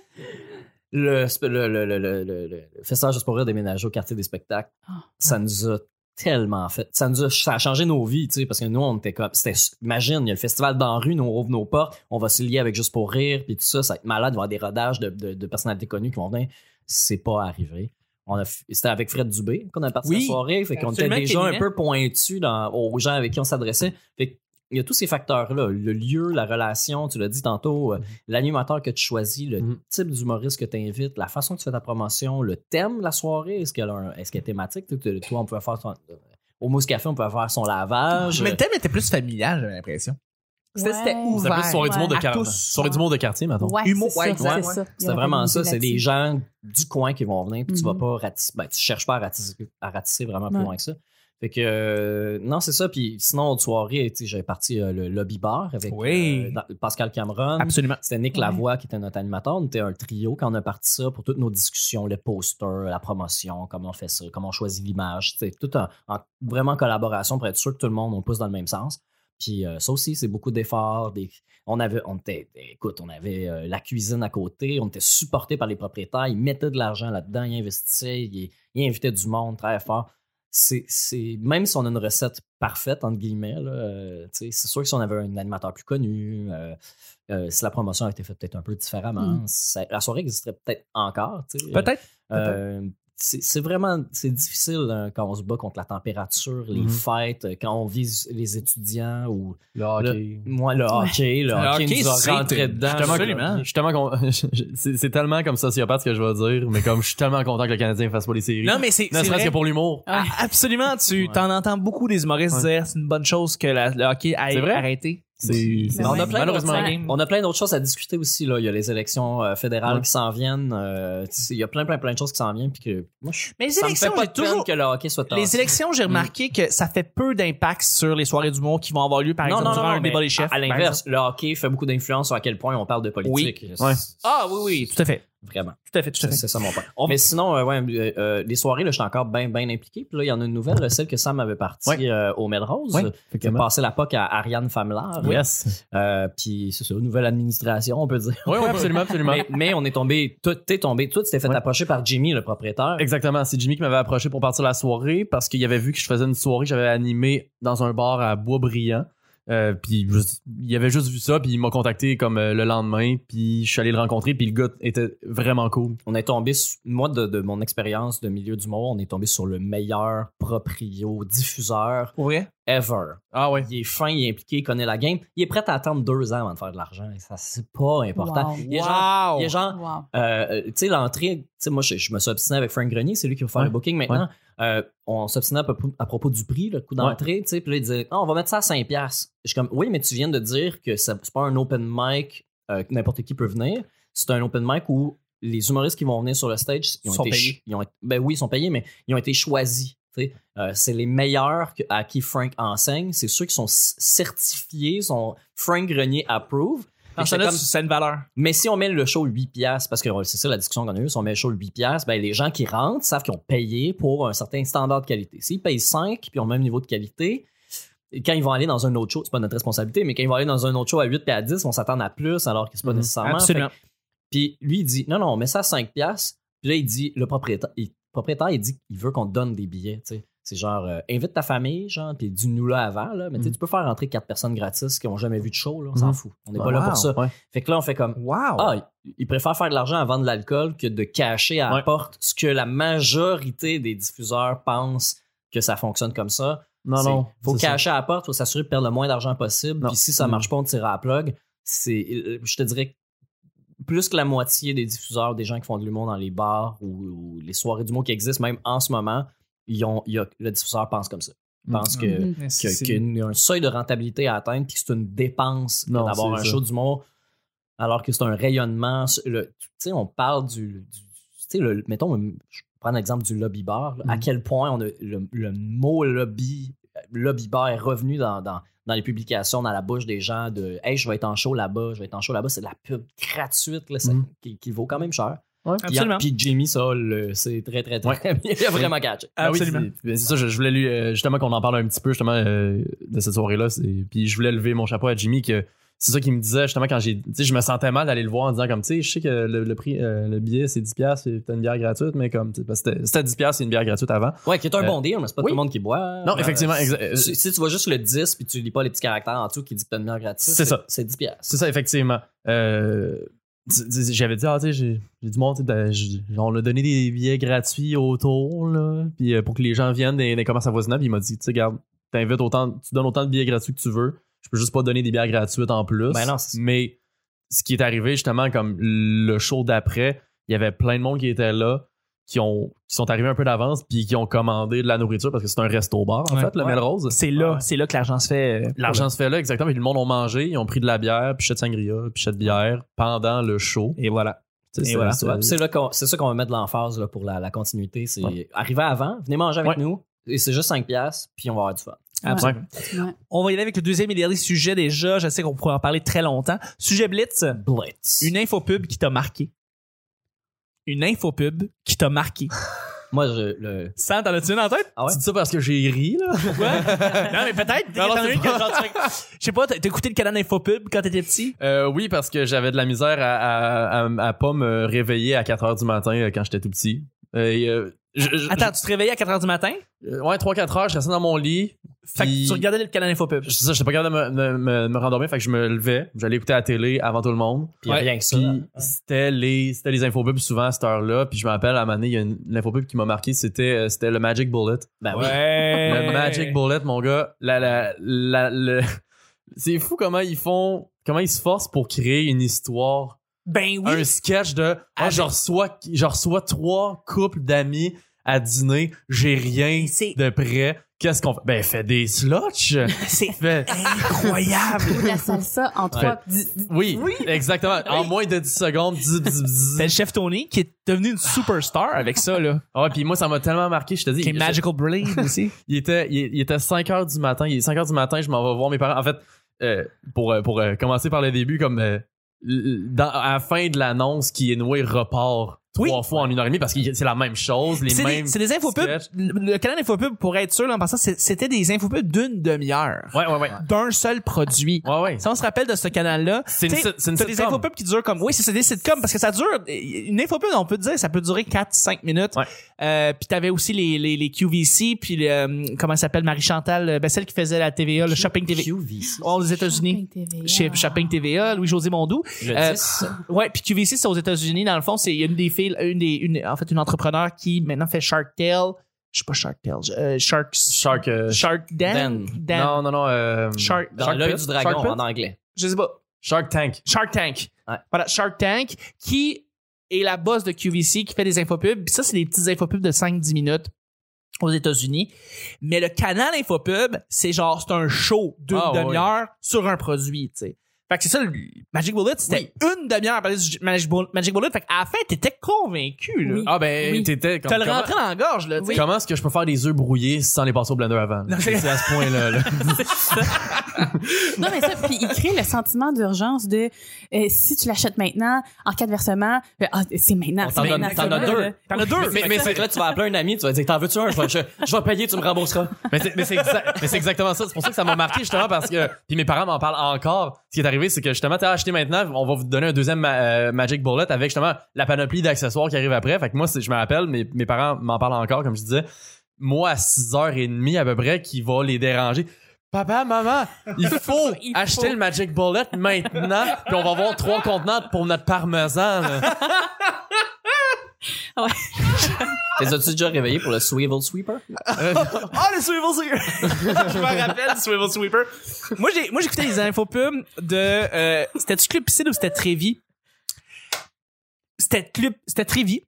Le, sp- le, le, le, le, le- le festival Juste pour rire déménager au quartier des spectacles, Ah. ça nous a tellement fait. Ça nous a, ça a changé nos vies, tu sais, parce que nous, on était comme, c'était, imagine, il y a le festival dans la rue, nous, on ouvre nos portes, on va se lier avec Juste pour rire, puis tout ça, ça va être malade, il va y avoir des rodages de, de, de personnalités connues qui vont venir. C'est pas arrivé. On a, f- c'était avec Fred Dubé qu'on a parti Oui. la soirée, fait qu'on était Absolument, hein. déjà Kenny. un peu pointu dans, aux gens avec qui on s'adressait. Fait il y a tous ces facteurs-là. Le lieu, la relation, tu l'as dit tantôt, euh, Mm-hmm. l'animateur que tu choisis, le Mhm. type d'humoriste que tu invites, la façon que tu fais ta promotion, le thème de la soirée, est-ce qu'elle a un- est-ce qu'elle est thématique? Tu- tu- Toi, on pouvait faire son- euh, au mousse café, on pouvait faire son lavage. Mais le thème était plus familial, j'ai l'impression. C'était- c'était Ouais. ouvert. C'est plus soirée du monde de Ouais. À quartier. tous. Soirée du monde de quartier, maintenant. Ouais, Humour, c'est ouais, ça, ouais, c'est ouais. ça. Il y C'est aurait vraiment fallu ça, c'est là-dessus. des gens du coin qui vont venir, puis tu vas Mhm. pas ratisser, ben, tu cherches pas à ratisser, à ratisser vraiment plus Ouais. loin que ça. Fait que, euh, non, c'est ça, puis sinon, autre soirée, tu sais, j'avais parti euh, le lobby bar avec Oui. euh, dans- Pascal Cameron. Absolument. C'était Nick Ouais. Lavoie qui était notre animateur. On était un trio quand on a parti ça pour toutes nos discussions, les posters, la promotion, comment on fait ça, comment on choisit l'image. C'est tout en, en- vraiment en collaboration pour être sûr que tout le monde, on pousse dans le même sens. Puis euh, ça aussi, c'est beaucoup d'efforts. Des, on avait, on était, écoute, on avait euh, la cuisine à côté, on était supporté par les propriétaires, ils mettaient de l'argent là-dedans, ils investissaient, ils, ils invitaient du monde très fort. c'est, c'est- même si on a une recette parfaite, entre guillemets, là, euh, tu sais, c'est sûr que si on avait un animateur plus connu, euh, euh, si la promotion a été faite peut-être un peu différemment, Mm. ça- la soirée existerait peut-être encore. tu sais. Peut-être. Euh, c'est c'est vraiment c'est difficile hein, quand on se bat contre la température, les Mhm. fêtes, euh, quand on vise les étudiants ou Le hockey. moi le hockey, le, hockey, hockey, nous a c'est- rentré dedans. Justement, Absolument. je suis tellement con- c'est c'est tellement comme sociopathe que je vais dire, mais comme je suis tellement content que le Canadien fasse pas les séries. Non, mais c'est. ne c'est serait-ce vrai. que pour l'humour. Ah, absolument, tu Ouais. t'en entends beaucoup des humoristes Ouais. dire c'est une bonne chose que la- le hocké ait C'est vrai? arrêté. C'est c'est- Mais on, a ouais. plein Malheureusement, d'autres- la game. on a plein d'autres choses à discuter aussi. Là. Il y a les élections euh, fédérales qui s'en viennent. euh, tu sais, il y a plein, plein, plein de choses qui s'en viennent. Puis que, moi, je, Mais les ça me fait élections, pas j'ai de peine toujours- que le hockey soit tassé. Les élections, Mm. j'ai remarqué que ça fait peu d'impact sur les soirées du monde qui vont avoir lieu, par Non, exemple, non, durant non, un mais débat des chefs. À par l'inverse, exemple. le hockey fait beaucoup d'influence sur à quel point on parle de politique. Ouais. C'est- Ah oui, oui, tout à fait. Vraiment. Tout à fait, tout à C'est fait. c'est ça mon point. Mais sinon, euh, ouais, euh, euh, les soirées, là, je suis encore bien bien impliqué. Puis là, il y en a une nouvelle, euh, celle que Sam avait partie Ouais. euh, au Melrose. Ouais, qui a passé la POC à Ariane Famelard. Yes. Euh, puis c'est ça, nouvelle administration, on peut dire. Oui, oui, absolument, absolument. Mais, mais on est tombé, tout t'es tombé, tout t'es fait Ouais. approcher par Jimmy, le propriétaire. Exactement. C'est Jimmy qui m'avait approché pour partir la soirée parce qu'il avait vu que je faisais une soirée que j'avais animée dans un bar à Bois-Brillant. Euh, puis juste- il avait juste vu ça, puis il m'a contacté comme euh, le lendemain, puis je suis allé le rencontrer, puis le gars était vraiment cool. On est tombé, su- moi, de, de mon expérience de milieu du monde, on est tombé sur le meilleur proprio diffuseur Ouais. ever. Ah ouais. Il est fin, il est impliqué, il connaît la game. Il est prêt à attendre deux ans avant de faire de l'argent. Ça, c'est pas important. Wow. Il est genre, il est genre, Wow. Euh, euh, tu sais, l'entrée, tu sais, moi, je, je me suis obstiné avec Frank Grenier, c'est lui qui va faire Ouais. le booking maintenant. Euh, on s'obstinait à, propos- à propos du prix, le coût d'entrée, tu sais, puis là, il disait, Ah, on va mettre ça à 5$. piastres. Je suis comme, oui, mais tu viens de dire que ça- c'est pas un open mic euh, que n'importe qui peut venir. C'est un open mic où les humoristes qui vont venir sur le stage, ils ont Sont été payés. ch- ils ont été- ben oui, ils sont payés, mais ils ont été choisis. tu sais. Euh, c'est les meilleurs que- à qui Frank enseigne. C'est ceux qui sont c- certifiés, sont Frank Grenier approve. Dans ce Fait que là comme- c'est une valeur. mais si on met le show 8 piastres, parce que euh, c'est ça la discussion qu'on a eue, si on met le show 8 piastres, ben, les gens qui rentrent savent qu'ils ont payé pour un certain standard de qualité. S'ils payent 5 puis ont le même niveau de qualité, et quand ils vont aller dans un autre show, c'est pas notre responsabilité, mais quand ils vont aller dans un autre show à 8 puis à 10, on s'attend à plus alors que c'est pas Mhm. nécessairement. Absolument. Fait que- Puis lui, il dit, non, non, on met ça à 5 piastres. Puis là, il dit, le propriétaire, il, le propriétaire, il dit qu'il veut qu'on te donne des billets, tu sais. C'est genre, euh, invite ta famille, genre, puis dis-nous là avant, là. Mais tu sais, Mhm. tu peux faire rentrer quatre personnes gratis qui ont jamais vu de show, là. On s'en Mhm. fout. On n'est pas là pour ça. Ouais. Fait que là, on fait comme, Wow. ah, il- il préfère faire de l'argent à vendre de l'alcool que de cacher à la Ouais. porte ce que la majorité des diffuseurs pensent que ça fonctionne comme ça. Non, C'est- non. Faut c'est ça. cacher à la porte, faut s'assurer de perdre le moins d'argent possible. Non. Puis si ça Mm. marche pas, on tire à la plug. C'est, euh, je te dirais, que plus que la moitié des diffuseurs, des gens qui font de l'humour dans les bars ou, ou les soirées d'humour qui existent, même en ce moment, ils ont, il y a- le diffuseur pense comme ça. Mm. Pense que Mm. Mais que- c'est- qu'il y a un seuil de rentabilité à atteindre, puis que c'est une dépense que Non, d'avoir c'est un ça. show d'humour, alors que c'est un rayonnement. sur le- Tu sais, on parle du. du- tu sais, le- mettons, je prends l'exemple du lobby bar, là, à Mhm. quel point on a le, le mot lobby, lobby bar est revenu dans, dans, dans les publications, dans la bouche des gens de Hey, je vais être en show là-bas, je vais être en show là-bas. C'est de la pub gratuite là, ça- Mhm. qui, qui vaut quand même cher. Puis, Absolument. puis Jimmy, ça, le- c'est très, très, très. Il a vraiment catché. Ah oui, Absolument. c'est- c'est ça, je, je voulais lui, euh, justement qu'on en parle un petit peu justement euh, de cette soirée-là. c'est- Puis je voulais lever mon chapeau à Jimmy que c'est ça qu'il me disait justement quand j'ai. Tu sais, je me sentais mal d'aller le voir en disant comme tu sais, je sais que le, le prix, euh, le billet c'est 10$, c'est peut-être une bière gratuite, mais comme tu sais, parce que c'était c'était 10$, c'est une bière gratuite avant. Ouais, qui est un Euh, bon deal, mais c'est pas oui. tout le monde qui boit. Non, Euh, effectivement, exa- euh, Si, si tu vois juste le 10 puis tu lis pas les petits caractères en dessous qui dit que t'as une bière gratuite, C'est ça. C'est 10 piastres. C'est ça, effectivement. Euh, tu- tu- J'avais dit, ah, tu sais, j'ai j'ai du monde, tu sais, ben, j'ai- on a donné des billets gratuits autour, là, puis euh, pour que les gens viennent des, des commerces avoisinants, puis il m'a dit, tu sais, garde, t'invites autant, tu donnes autant de billets gratuits que tu veux, je peux juste pas donner des billets gratuites en plus. Ben non, c'est ça. mais ce qui est arrivé, justement, comme le show d'après, il y avait plein de monde qui était là, qui, ont, qui sont arrivés un peu d'avance, puis qui ont commandé de la nourriture, parce que c'est un resto-bar, en Ouais. fait, le Ouais. Melrose. C'est là, Ouais. c'est là que l'argent se fait. euh, L'argent se fait là, exactement. Puis le monde ont mangé, ils ont pris de la bière, pichet de sangria, pichet de bière pendant le show. Et voilà. Tu sais, Et voilà. c'est- Ouais, puis C'est là qu'on- c'est ça qu'on va mettre de l'emphase là, pour la, la continuité. C'est Ouais. arriver avant, venez manger avec Ouais. nous. Et c'est juste 5 piastres, puis on va avoir du fun. Absolument. Ouais. On va y aller avec le deuxième et dernier sujet déjà. Je sais qu'on pourrait en parler très longtemps. Sujet Blitz. Blitz. Une infopub qui t'a marqué. Une infopub qui t'a marqué. Moi, je, le... Sam, t'en as-tu une en tête? Ah ouais? Tu dis ça parce que j'ai ri, là? Pourquoi? non, mais peut-être. Non, non, t'en as c'est une pas- que genre, tu fais- Je sais pas, t'as t'as écouté le canal infopub quand t'étais petit? Euh, oui, parce que j'avais de la misère à, à, à- à pas me réveiller à 4 h du matin euh, quand j'étais tout petit. Euh, et, euh, Je- je- Attends, tu te réveillais à 4h du matin? je- euh, ouais, 3-4 heures, je restais dans mon lit. Fait que Puis- tu regardais le canal Infopub. C'est ça, j'étais pas capable de me, me, me- me rendormir, fait que je me levais, j'allais écouter la télé avant tout le monde. Puis Ouais, rien que ça. Puis c'était les c'était les infobubs souvent à cette heure-là. Puis je me rappelle à un moment donné, il y a une, une infopub qui m'a marqué, c'était euh, c'était le Magic Bullet. Ben oui. Ouais. Ah Le Magic Bullet, mon gars, la, la, la- le- c'est fou comment ils font, comment ils se forcent pour créer une histoire, Ben oui. un sketch de Ah, je reçois je reçois trois couples d'amis à dîner, j'ai rien C'est- de prêt. Qu'est-ce qu'on fait Ben fais des slotch. C'est Fais- incroyable. Ou de la salsa en trois. dix- dix- Oui, exactement. En moins de 10 secondes, bzz, bzz, bzz. C'est le chef Tony qui est devenu une superstar avec ça, là. Ah ouais, puis moi ça m'a tellement marqué, je te dis. Qui est je- Magical Blade aussi. Il était, il, il était 5 h du matin. Il est 5 h du matin, je m'en vais voir mes parents. En fait, euh, pour, euh, pour euh, commencer par le début, comme euh, l- dans- à la fin de l'annonce, qui est noué repart Oui. trois fois en une heure et demie parce que c'est la même chose, les C'est des, mêmes. c'est des infopubs. sketchs. Le le canal Infopub, pour être sûr, là, en passant, c'est- c'était des infopubs d'une demi-heure. Ouais, ouais, ouais. D'un seul produit. Ouais, ouais. Si on se rappelle de ce canal-là, C'est une t'sais, sit- c'est une t'as des sitcom. infopubs qui durent comme... Oui, c'est c'est des sitcoms, parce que ça dure... Une infopub, on peut dire, ça peut durer 4-5 minutes. Ouais. Euh, puis t'avais aussi les, les, les QVC, puis le, euh, comment elle s'appelle, Marie-Chantal, euh, ben celle qui faisait la TVA, le Shopping TV. QVC. Oh, aux États-Unis. Shopping TVA. Chez Shopping TVA, Louis-José Mondou. Je Euh, dis ça. Ouais, puis QVC, c'est aux États-Unis. Dans le fond, c'est une des filles, une des, une, en fait, une entrepreneur qui maintenant fait Shark Tale. Je sais pas Shark Tale. euh, Shark, Shark. euh, Shark Dan. Dan. Dan. Non, non, non. euh, Shark, Dans Shark l'œil Pit? du dragon Shark Pit? en anglais. Je sais pas. Shark Tank. Shark Tank. Ouais. Voilà, Shark Tank, qui est la boss de QVC, qui fait des infopubs. Puis ça, c'est des petites infopubs de 5-10 minutes aux États-Unis. Mais le canal infopub, c'est genre, c'est un show d'une Ah, ouais. demi-heure sur un produit, tu sais. Fait que c'est ça, le Magic Bullet, c'était une demi-heure à parler du Magic Bull- Magic Bullet. Fait qu'à la fin, t'étais convaincu, là. Oui. Ah, ben, Oui. t'étais comme. T'as le comment- rentré dans la gorge, là, tu sais. Comment est-ce que je peux faire des œufs brouillés sans les passer au blender avant? là? c'est- C'est à ce point-là. là. Non, mais ça, puis il crée le sentiment d'urgence de euh, si tu l'achètes maintenant, en cas de versement, euh, ah, c'est maintenant. On c'est t'en donne- maintenant, t'en c'est donnes maintenant, deux. hein. là. T'en as deux. Mais, mais c'est que là, tu vas appeler un ami, tu vas dire T'en veux-tu un je vais, je, je vais payer, tu me rembourseras. Mais c'est, mais c'est exact- mais c'est exactement ça. C'est pour ça que ça m'a marqué, justement, parce que. Puis mes parents m'en parlent encore. Ce qui est arrivé, c'est que justement, t'as acheté maintenant, on va vous donner un deuxième ma- euh, Magic Bullet avec justement la panoplie d'accessoires qui arrive après. Fait que moi, c'est- je me rappelle, mes, mes parents m'en parlent encore, comme je disais. Moi, à 6h30 à peu près, qui va les déranger. Papa, maman, il faut Il acheter faut. le Magic Bullet maintenant, puis on va avoir trois contenants pour notre parmesan. là. Les as-tu déjà réveillé pour le Swivel Sweeper Ah, le Swivel Sweeper! je me rappelle du Swivel Sweeper. Moi, j'ai, moi, j'écoutais les infopubs de, euh, c'était-tu Club Piscine ou c'était Trévi? C'était Club, c'était Trévi.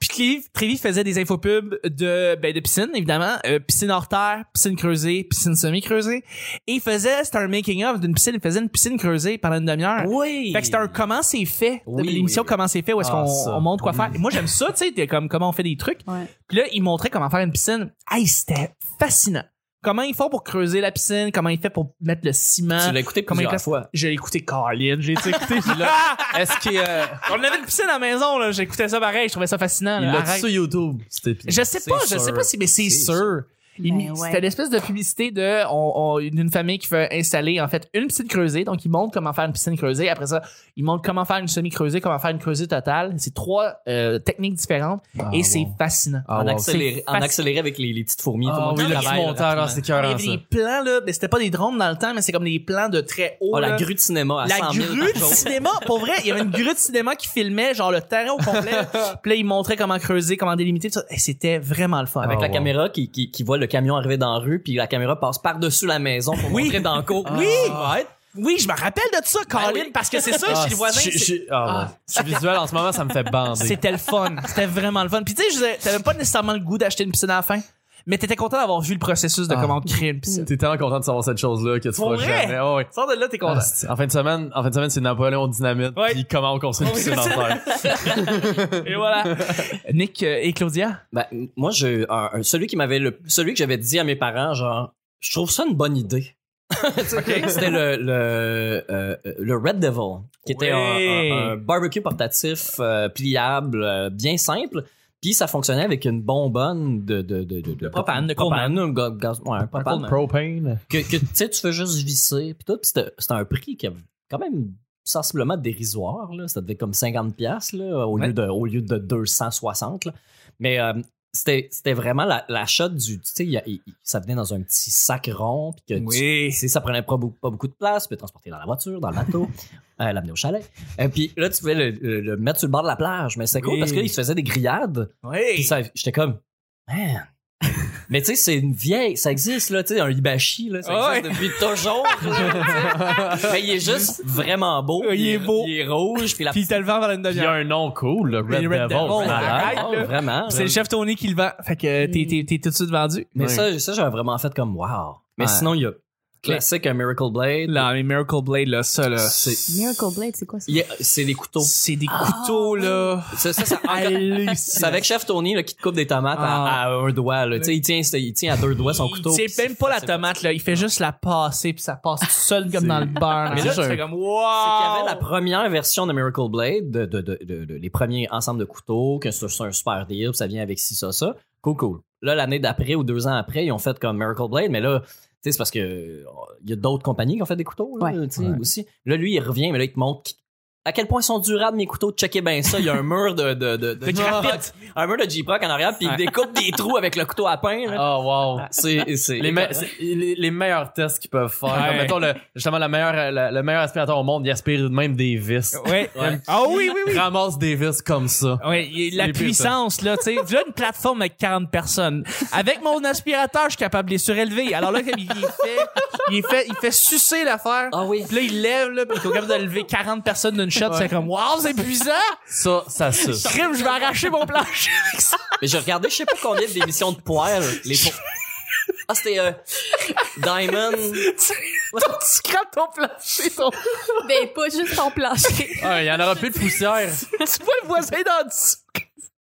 Puis Clévi- Trévi faisait des infopubs de, ben, de piscine, évidemment. Euh, piscine hors terre, piscine creusée, piscine semi-creusée. Et il faisait, c'était un making-of d'une piscine, il faisait une piscine creusée pendant une demi-heure. Oui. Fait que c'était un comment c'est fait. Oui, L'émission oui. comment c'est fait où est-ce Ah, qu'on ça. on montre quoi faire. Et moi j'aime ça, tu sais, t'es comme comment on fait des trucs. Ouais. Puis là, ils montraient comment faire une piscine. Hey, c'était fascinant. Comment ils font pour creuser la piscine, comment ils font pour mettre le ciment. Ah, Tu l'as écouté Comment il plusieurs place- fois. J'ai écouté Caroline, j'ai écouté. Puis là, est-ce qu'il, euh, on avait une piscine à la maison, là, j'écoutais ça pareil, je trouvais ça fascinant. il là. l'a Arrête. dit sur YouTube? cet épisode? Je sais C'est pas, je sûr. sais pas si, mais c'est C'est sûr. Il- Ben ouais. C'était l'espèce de publicité de on, on- d'une famille qui veut installer en fait une piscine creusée. Donc, ils montrent comment faire une piscine creusée. Après ça, ils montrent comment faire une semi-creusée, comment faire une creusée totale. C'est trois euh, techniques différentes Ah, et c'est wow. fascinant. Ah, en, wow. accéléré, en faci- accéléré avec les, les petites fourmis. Ah Comment oui, tu le petit travailles, là, montage, rapidement. ah, c'est Il y écœurant, avait ça. des plans, là, mais c'était pas des drones dans le temps, mais c'est comme des plans de très haut. Oh, la là. grue de cinéma à Ah, La 100 000 grue de par jour. cinéma, pour vrai, il y avait une grue de cinéma qui filmait genre le terrain au complet. Puis là, ils montraient comment creuser, comment délimiter. tout ça. Et C'était vraiment le fun. Avec Ah, la ouais. caméra qui, qui, qui voit le camion arriver dans la rue, puis la caméra passe par-dessus la maison pour Oui. montrer dans le cours. Oui. Oui, je me rappelle de ça, Colin, oui. parce que c'est ça, Ah, chez le voisin. je- c'est- je- ah, ouais. Je suis visuel en ce moment, ça me fait bander. C'était le fun. C'était vraiment le fun. Puis tu sais, je disais, t'avais pas nécessairement le goût d'acheter une piscine à la fin, mais t'étais content d'avoir vu le processus de Ah. comment créer une piscine. T'es tellement content de savoir cette chose-là que tu Pour feras vrai? jamais. Ah, ouais. Sors de là, t'es content. Ah, c'est- en fin de semaine, en fin de semaine, c'est Napoléon Dynamite Ouais. puis comment on construit une piscine en terre. Et voilà. Nick euh, et Claudia. Ben, m- moi, j'ai un- un- celui qui m'avait le, celui que j'avais dit à mes parents, genre, je trouve ça une bonne idée. Tu sais, C'était le le, euh, le Red Devil, qui était un- Ouais. un, un barbecue portatif euh, pliable, euh, bien simple. Puis ça fonctionnait avec une bonbonne de, de, de, de, de propane, de propane, un ga- gaz- ouais, un propane. Propane. que, que, tu sais, tu fais juste visser, puis tout. Puis c'était c'était un prix qui est quand même sensiblement dérisoire, là. Ça devait être comme 50 pièces là, au, Ouais. lieu de, au lieu de 260, là. Mais euh, c'était c'était vraiment la, la shot du. Tu sais, il y a- il- il- ça venait dans un petit sac rond, puis que Euh, tu- Oui. tu sais, ça prenait pas beaucoup, pas beaucoup de place, tu peux le transporter dans la voiture, dans le bateau, euh, l'amener au chalet. Et puis là, tu pouvais le, le- le mettre sur le bord de la plage, mais c'était cool Oui. parce qu'il se faisait des grillades. Puis Oui. ça- j'étais comme, man. mais tu sais, c'est une vieille, ça existe, là, tu sais, un hibachi, là, ça existe depuis toujours. là, tu sais. mais il est juste vraiment beau. Il est beau. Il est rouge, puis la Puis il te le vend vers une Puis il y a demi-heure. un nom cool, le Red, Les Red Devil. Devils, malade. arrête, Ah, là. vraiment. Puis C'est le chef Tony qui le vend. Fait que euh, t'es, t'es, t'es tout de suite vendu. Mais Oui. ça, ça j'avais vraiment fait comme wow. Mais Ouais. sinon, il y a classique un Miracle Blade. Là, mais Miracle Blade, là, ça, là. C'est- Miracle Blade, c'est quoi ça? Il y a- C'est des couteaux. C'est des couteaux, là. Ça, ça, ça- c'est Hallucinant. avec Chef Tony là, qui te coupe des tomates à, à un doigt. là. Tu sais, Il, tient, il tient à deux doigts son couteau. C'est puis même pas la Ah. c'est- tomate, là. Il fait juste la passer, puis ça passe tout seul comme dans le beurre. Mais là, tu fais comme, C'est qu'il y avait la première version de Miracle Blade, de, de- de- de- de- les premiers ensembles de couteaux, que c'est c'est un super deal, puis ça vient avec ci, ça, ça. Cool, cool. Là, l'année d'après ou deux ans après, ils ont fait comme Miracle Blade, mais là, tu sais, c'est parce que euh, il y a d'autres compagnies qui ont fait des couteaux, là, Ouais. tu sais, aussi. Là, lui, il revient, mais là, il te montre qui- à quel point sont durables mes couteaux. Checkez bien ça, il y a un mur de... De, de, de- Ah. Un mur de J-Proc en arrière, puis il découpe des trous avec le couteau à pain. là. Oh, wow. C'est... c'est- Les, me- c'est- les- les meilleurs tests qu'ils peuvent faire. Ouais. Comme, mettons, le, justement, la meilleure, la- le meilleur aspirateur au monde, il aspire même des vis. Ouais. Ouais. Ah oui, oui, oui. Ramasse des vis comme ça. Ouais, y- la C'est pire, puissance, là, tu sais. J'ai une plateforme avec 40 personnes. Avec mon aspirateur, je suis capable de les surélever. Alors là, comme il il fait, il fait, il fait sucer l'affaire. Ah oui. Puis là, il lève, là, puis il est capable de lever 40 personnes d'une shot. C'est comme, waouh, c'est puissant! Ça, ça suce. Crime, je vais arracher mon plancher avec ça. Mais j'ai regardé, je sais pas combien d'émissions de poêle. Les po- Ah, c'était euh, Diamond. Tu scrapes ton plancher, ton... Ben, pas juste ton plancher. Ah, Il y en aura plus de poussière. Tu vois le voisin d'en dessous.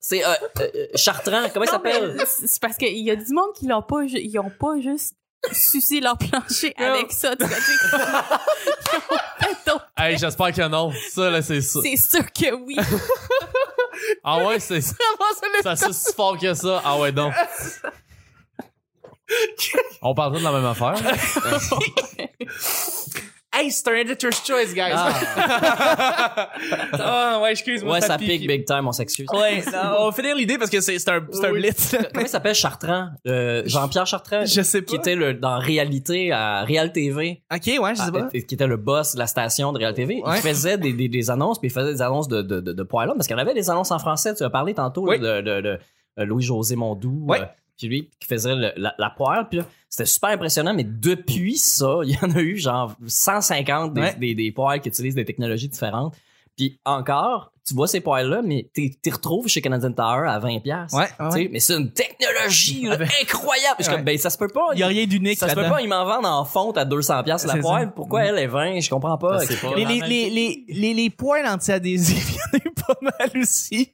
C'est euh, euh, Chartrand. Comment il s'appelle? Ben, C'est parce qu'il y a du monde qui l'ont pas, ju- ils ont pas juste sucé leur plancher avec ça. tu vois, tu sais. Ils ont fait d'autres- Hey, j'espère que non. Ça, là, c'est ça. C'est sûr que oui. Ah ouais, c'est ça. Ça suce si fort que ça. Ah ouais, donc. On parle tous de la même affaire. Hey, c'est un editor's choice, guys. Ah, Ah, ouais, excuse-moi. ouais, ça pique big time, on s'excuse. Ouais, ça- on va finir l'idée parce que c'est c'est un, c'est un Oui. blitz. Comment il s'appelle Chartrand? Euh, Jean-Pierre Chartrand? Je sais pas. Qui était le, dans Réalité à Real TV. Ok, ouais, je sais pas. Ah, et- qui était le boss de la station de Real TV. Ouais. Il faisait des, des, des annonces, puis il faisait des annonces de, de, de, de poêlons, parce qu'il y en avait des annonces en français. Tu as parlé tantôt là, de, de- de, euh, Louis-José Mondou. Ouais. euh, puis lui, qui faisait le- la, la poêle. Puis là, c'était super impressionnant, mais depuis ça, il y en a eu genre 150 des, Ouais. des, des poêles qui utilisent des technologies différentes. Puis encore, tu vois ces poêles-là, mais tu les retrouves chez Canadian Tower à 20$. piastres. Ouais, ouais. Ah, Tu sais, Mais c'est une technologie là, incroyable. Puis Je suis Ouais. comme, ben ça se peut pas. Il y a rien d'unique Ça se peut là-dedans. pas, ils m'en vendent en fonte à 200$ piastres C'est la ça. poêle. Pourquoi elle est 20? Je comprends pas. Ça, Ben, c'est pas- Les, les, les, les, les, les poils anti-adhésifs, il y en a eu pas mal aussi.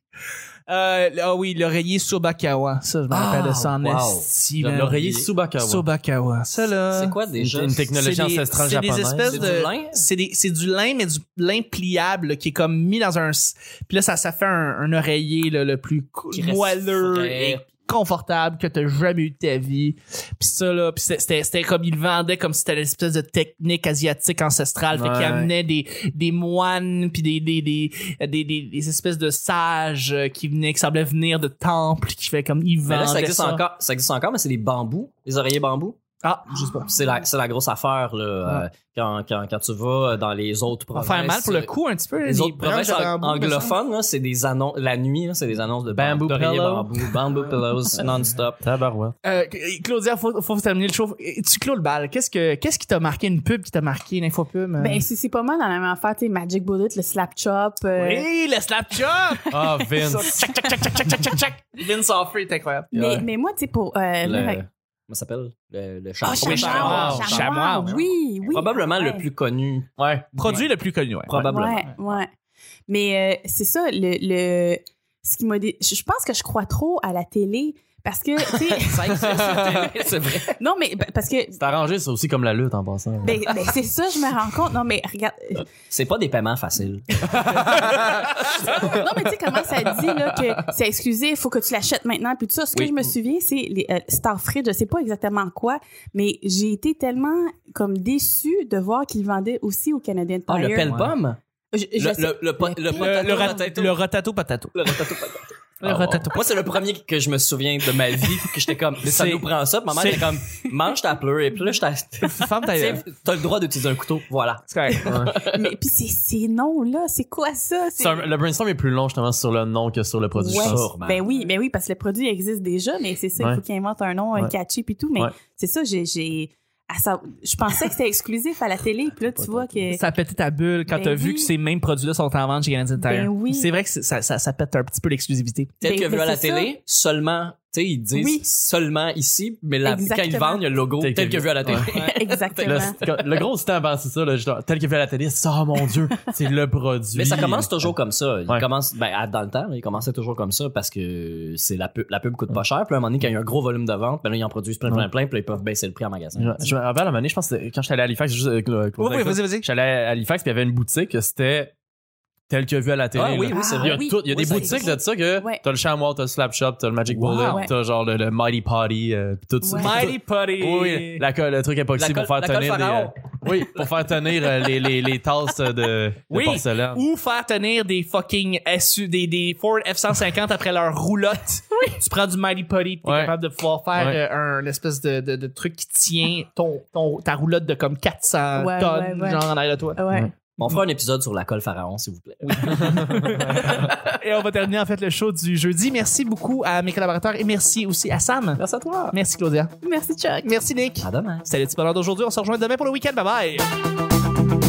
Euh, ah oui, l'oreiller Sobakawa. Ça, je me Ah, rappelle de ça en wow. esti, man. L'oreiller Subakawa. Sobakawa. Ça, là. C'est quoi déjà? Une technologie C'est des- ancestrale c'est des japonaise. espèces C'est de- du lin? C'est des- c'est du lin, mais du lin pliable là, qui est comme mis dans un. s- Puis là, ça, ça fait un, un oreiller là, le plus cou- Qui reste moelleux frais. et confortable que t'as jamais eu de ta vie. Puis ça, là, puis c'est- c'était c'était comme il vendait comme si c'était l'espèce de technique asiatique ancestrale. Fait qu'il Ouais. amenait des, des moines, puis des, des, des, des, des- des espèces de sages euh, qui venaient, qui semblaient venir de temples, qui fait comme ils Mais vendaient. là, ça existe, ça. Encore, ça existe encore, mais c'est des bambous, les oreillers bambous. Ah, je sais pas. C'est la, c'est la grosse affaire là, euh, quand, quand, quand tu vas dans les autres On va provinces. faire mal pour le coup un petit peu. Les autres branches provinces de ang- bambou, anglophones, là, c'est des annonces. La nuit, là, c'est des annonces de Bamboo d'oreillers pillow. bambous, bamboo pillows non-stop. Tabarouette. Euh, Claudia, faut, faut terminer le show. Et Tu clôt le bal. Qu'est-ce que, qu'est-ce qui t'a marqué une pub qui t'a marqué une euh? info pub? Ben, c'est c'est pas mal dans la même affaire, tu sais, Magic Bullet, le Slap Chop. euh, oui, le slap chop! Ah, Vince. Tchac, tchac, tchac, tchac, tchac, tchac, tchac, tchac. Vince Offrey est incroyable. mais, Ouais. mais moi, tu sais, pour. Euh, Le- là, Comment ça s'appelle? Le, le Oh, chapeau. chamois, chamois, chamois, chamois. oui, oui. Probablement Ouais. le plus connu. Ouais. Produit le plus connu, ouais. Probablement. Ouais, ouais. Mais euh, c'est ça, le, le- ce qui m'a. dé- Je je pense que je crois trop à la télé parce que, tu sais, Ça existe, c'est vrai. non, mais ben, parce que. C'est arrangé, c'est aussi comme la lutte en passant. Ben, ben, c'est ça, je me rends compte. Non, mais regarde. euh, C'est pas des paiements faciles. Non, mais tu sais comment ça dit, là, que c'est exclusif, il faut que tu l'achètes maintenant. Puis tout ça, ce que Oui. je me souviens, c'est les euh, Starfridge, je sais pas exactement quoi, mais j'ai été tellement, comme, déçue de voir qu'ils vendaient aussi au Canadian Tire. Ah, le pelle-pomme? Je- je Le, sais- le, le, po- Le le Le, potato le rat- potato. le rotato patato. Le rotato potato. Le rotato. Moi, c'est le premier que je me souviens de ma vie que j'étais comme, mais ça C'est- nous prend ça. Puis Maman c'est- était comme, mange ta pleure et puis là, je t'ai- Ferme ta gueule. t'as le droit d'utiliser un couteau. Voilà. C'est correct. Mais puis c'est ces noms-là, c'est quoi ça? C'est- C'est un- le brainstorm est plus long justement sur le nom que sur le produit. Ouais. je pense. Sûrement. Ben oui, ben oui, parce que le produit existe déjà, mais c'est ça, il Ouais. faut qu'il invente un nom euh, Ouais. catchy puis tout. Mais Ouais. c'est ça, j'ai- j'ai. à sa- Je pensais que c'était exclusif à la télé, puis là, tu vois que. Ça a pété ta bulle quand Ben t'as vu oui. que ces mêmes produits-là sont en vente chez Canadian Tire. Ben oui. C'est vrai que c'est- ça, ça, ça pète un petit peu l'exclusivité. Tel que Ben, vu à ben, la c'est ça. télé, seulement, tu sais, ils disent Oui. seulement ici, mais la, quand ils Exactement. vendent, il y a le logo Tel tel, que que vu. vu à la télé. Le, Exactement. le gros temps avant, c'est ça, là, genre, tel que fait la télé, ça, oh mon dieu, c'est le produit. Mais ça commence toujours comme ça. Il Ouais. commence, ben, à- dans le temps, là, il commençait toujours comme ça parce que c'est la pub, la pub coûte pas cher. Puis à un moment donné, quand il y a un gros volume de vente, ben là, ils en produisent plein, plein, plein, puis là, ils peuvent baisser le prix en magasin. Je, je me rappelle à un moment donné, je pense que c'était quand j'étais allé à Halifax, juste, euh, clo- closer Oui, oui, avec ça. vas-y, vas-y. j'allais à Halifax, puis il y avait une boutique, c'était tel que vu à la télé. Ah oui, là. oui, c'est Ah, Il y vrai. a, oui. tout- il y a Oui, des ça boutiques existe. de ça que Ouais. t'as le chamois, t'as le slap shop, t'as le magic Wow. bullet, Ouais. t'as genre le, le mighty potty, euh, pis tout ça. Ouais. Tout- Mighty Putty. Oui, oui, la colle- le truc époxy La pour colle- la faire colle tenir des, pharaon. euh, oui, pour faire tenir euh, les, les, les tasses de, de Oui. porcelaine. Ou faire tenir des fucking SU, des, des Ford F-150 après leur roulotte. Tu prends du Mighty Putty, t'es Ouais. capable de pouvoir faire Ouais. euh, un espèce de, de, de truc qui tient ton, ton, ta roulotte de comme 400 Ouais, tonnes, ouais, ouais. genre en arrière de toi. Ouais. On fera un épisode sur la colle pharaon, s'il vous plaît. Ah. Et on va terminer en fait le show du jeudi. Merci beaucoup à mes collaborateurs et merci aussi à Sam. Merci à toi. Merci Claudia. Merci, Chuck. Merci Nick. Ah. À demain. C'était le petit bonheur d'aujourd'hui. On se rejoint demain pour le week-end. Bye bye.